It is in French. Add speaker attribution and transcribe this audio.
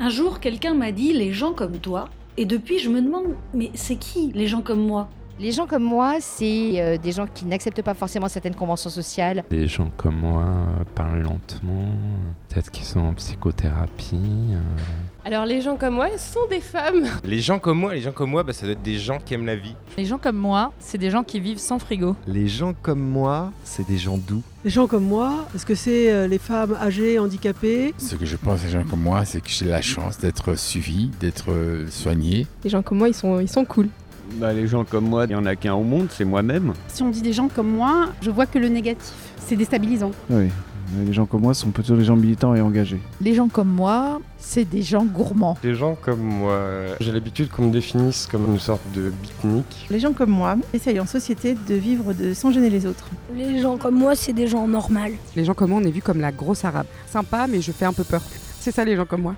Speaker 1: Un jour, quelqu'un m'a dit les gens comme toi, et depuis, je me demande mais c'est qui les gens comme moi
Speaker 2: Les gens comme moi, c'est euh, des gens qui n'acceptent pas forcément certaines conventions sociales.
Speaker 3: Des gens comme moi euh, parlent lentement, euh, peut-être qu'ils sont en psychothérapie. euh.
Speaker 4: Alors les gens comme moi sont des femmes.
Speaker 5: Les gens comme moi, les gens comme moi, bah, ça doit être des gens qui aiment la vie.
Speaker 6: Les gens comme moi, c'est des gens qui vivent sans frigo.
Speaker 7: Les gens comme moi, c'est des gens doux.
Speaker 8: Les gens comme moi, est-ce que c'est euh, les femmes âgées, handicapées
Speaker 9: Ce que je pense des gens comme moi, c'est que j'ai la chance d'être suivi, d'être euh, soigné.
Speaker 4: Les gens comme moi, ils sont, ils sont cool.
Speaker 10: Bah, les gens comme moi, il n'y en a qu'un au monde, c'est moi-même.
Speaker 11: Si on me dit des gens comme moi, je vois que le négatif. C'est déstabilisant.
Speaker 12: Oui, les gens comme moi sont plutôt les gens militants et engagés.
Speaker 13: Les gens comme moi, c'est des gens gourmands.
Speaker 14: Des gens comme moi, euh, j'ai l'habitude qu'on me définisse comme une sorte de beatnik.
Speaker 15: Les gens comme moi essayent en société de vivre de, sans gêner les autres.
Speaker 16: Les gens comme moi, c'est des gens normaux.
Speaker 17: Les gens comme moi, on est vu comme la grosse arabe. Sympa, mais je fais un peu peur. C'est ça les gens comme moi.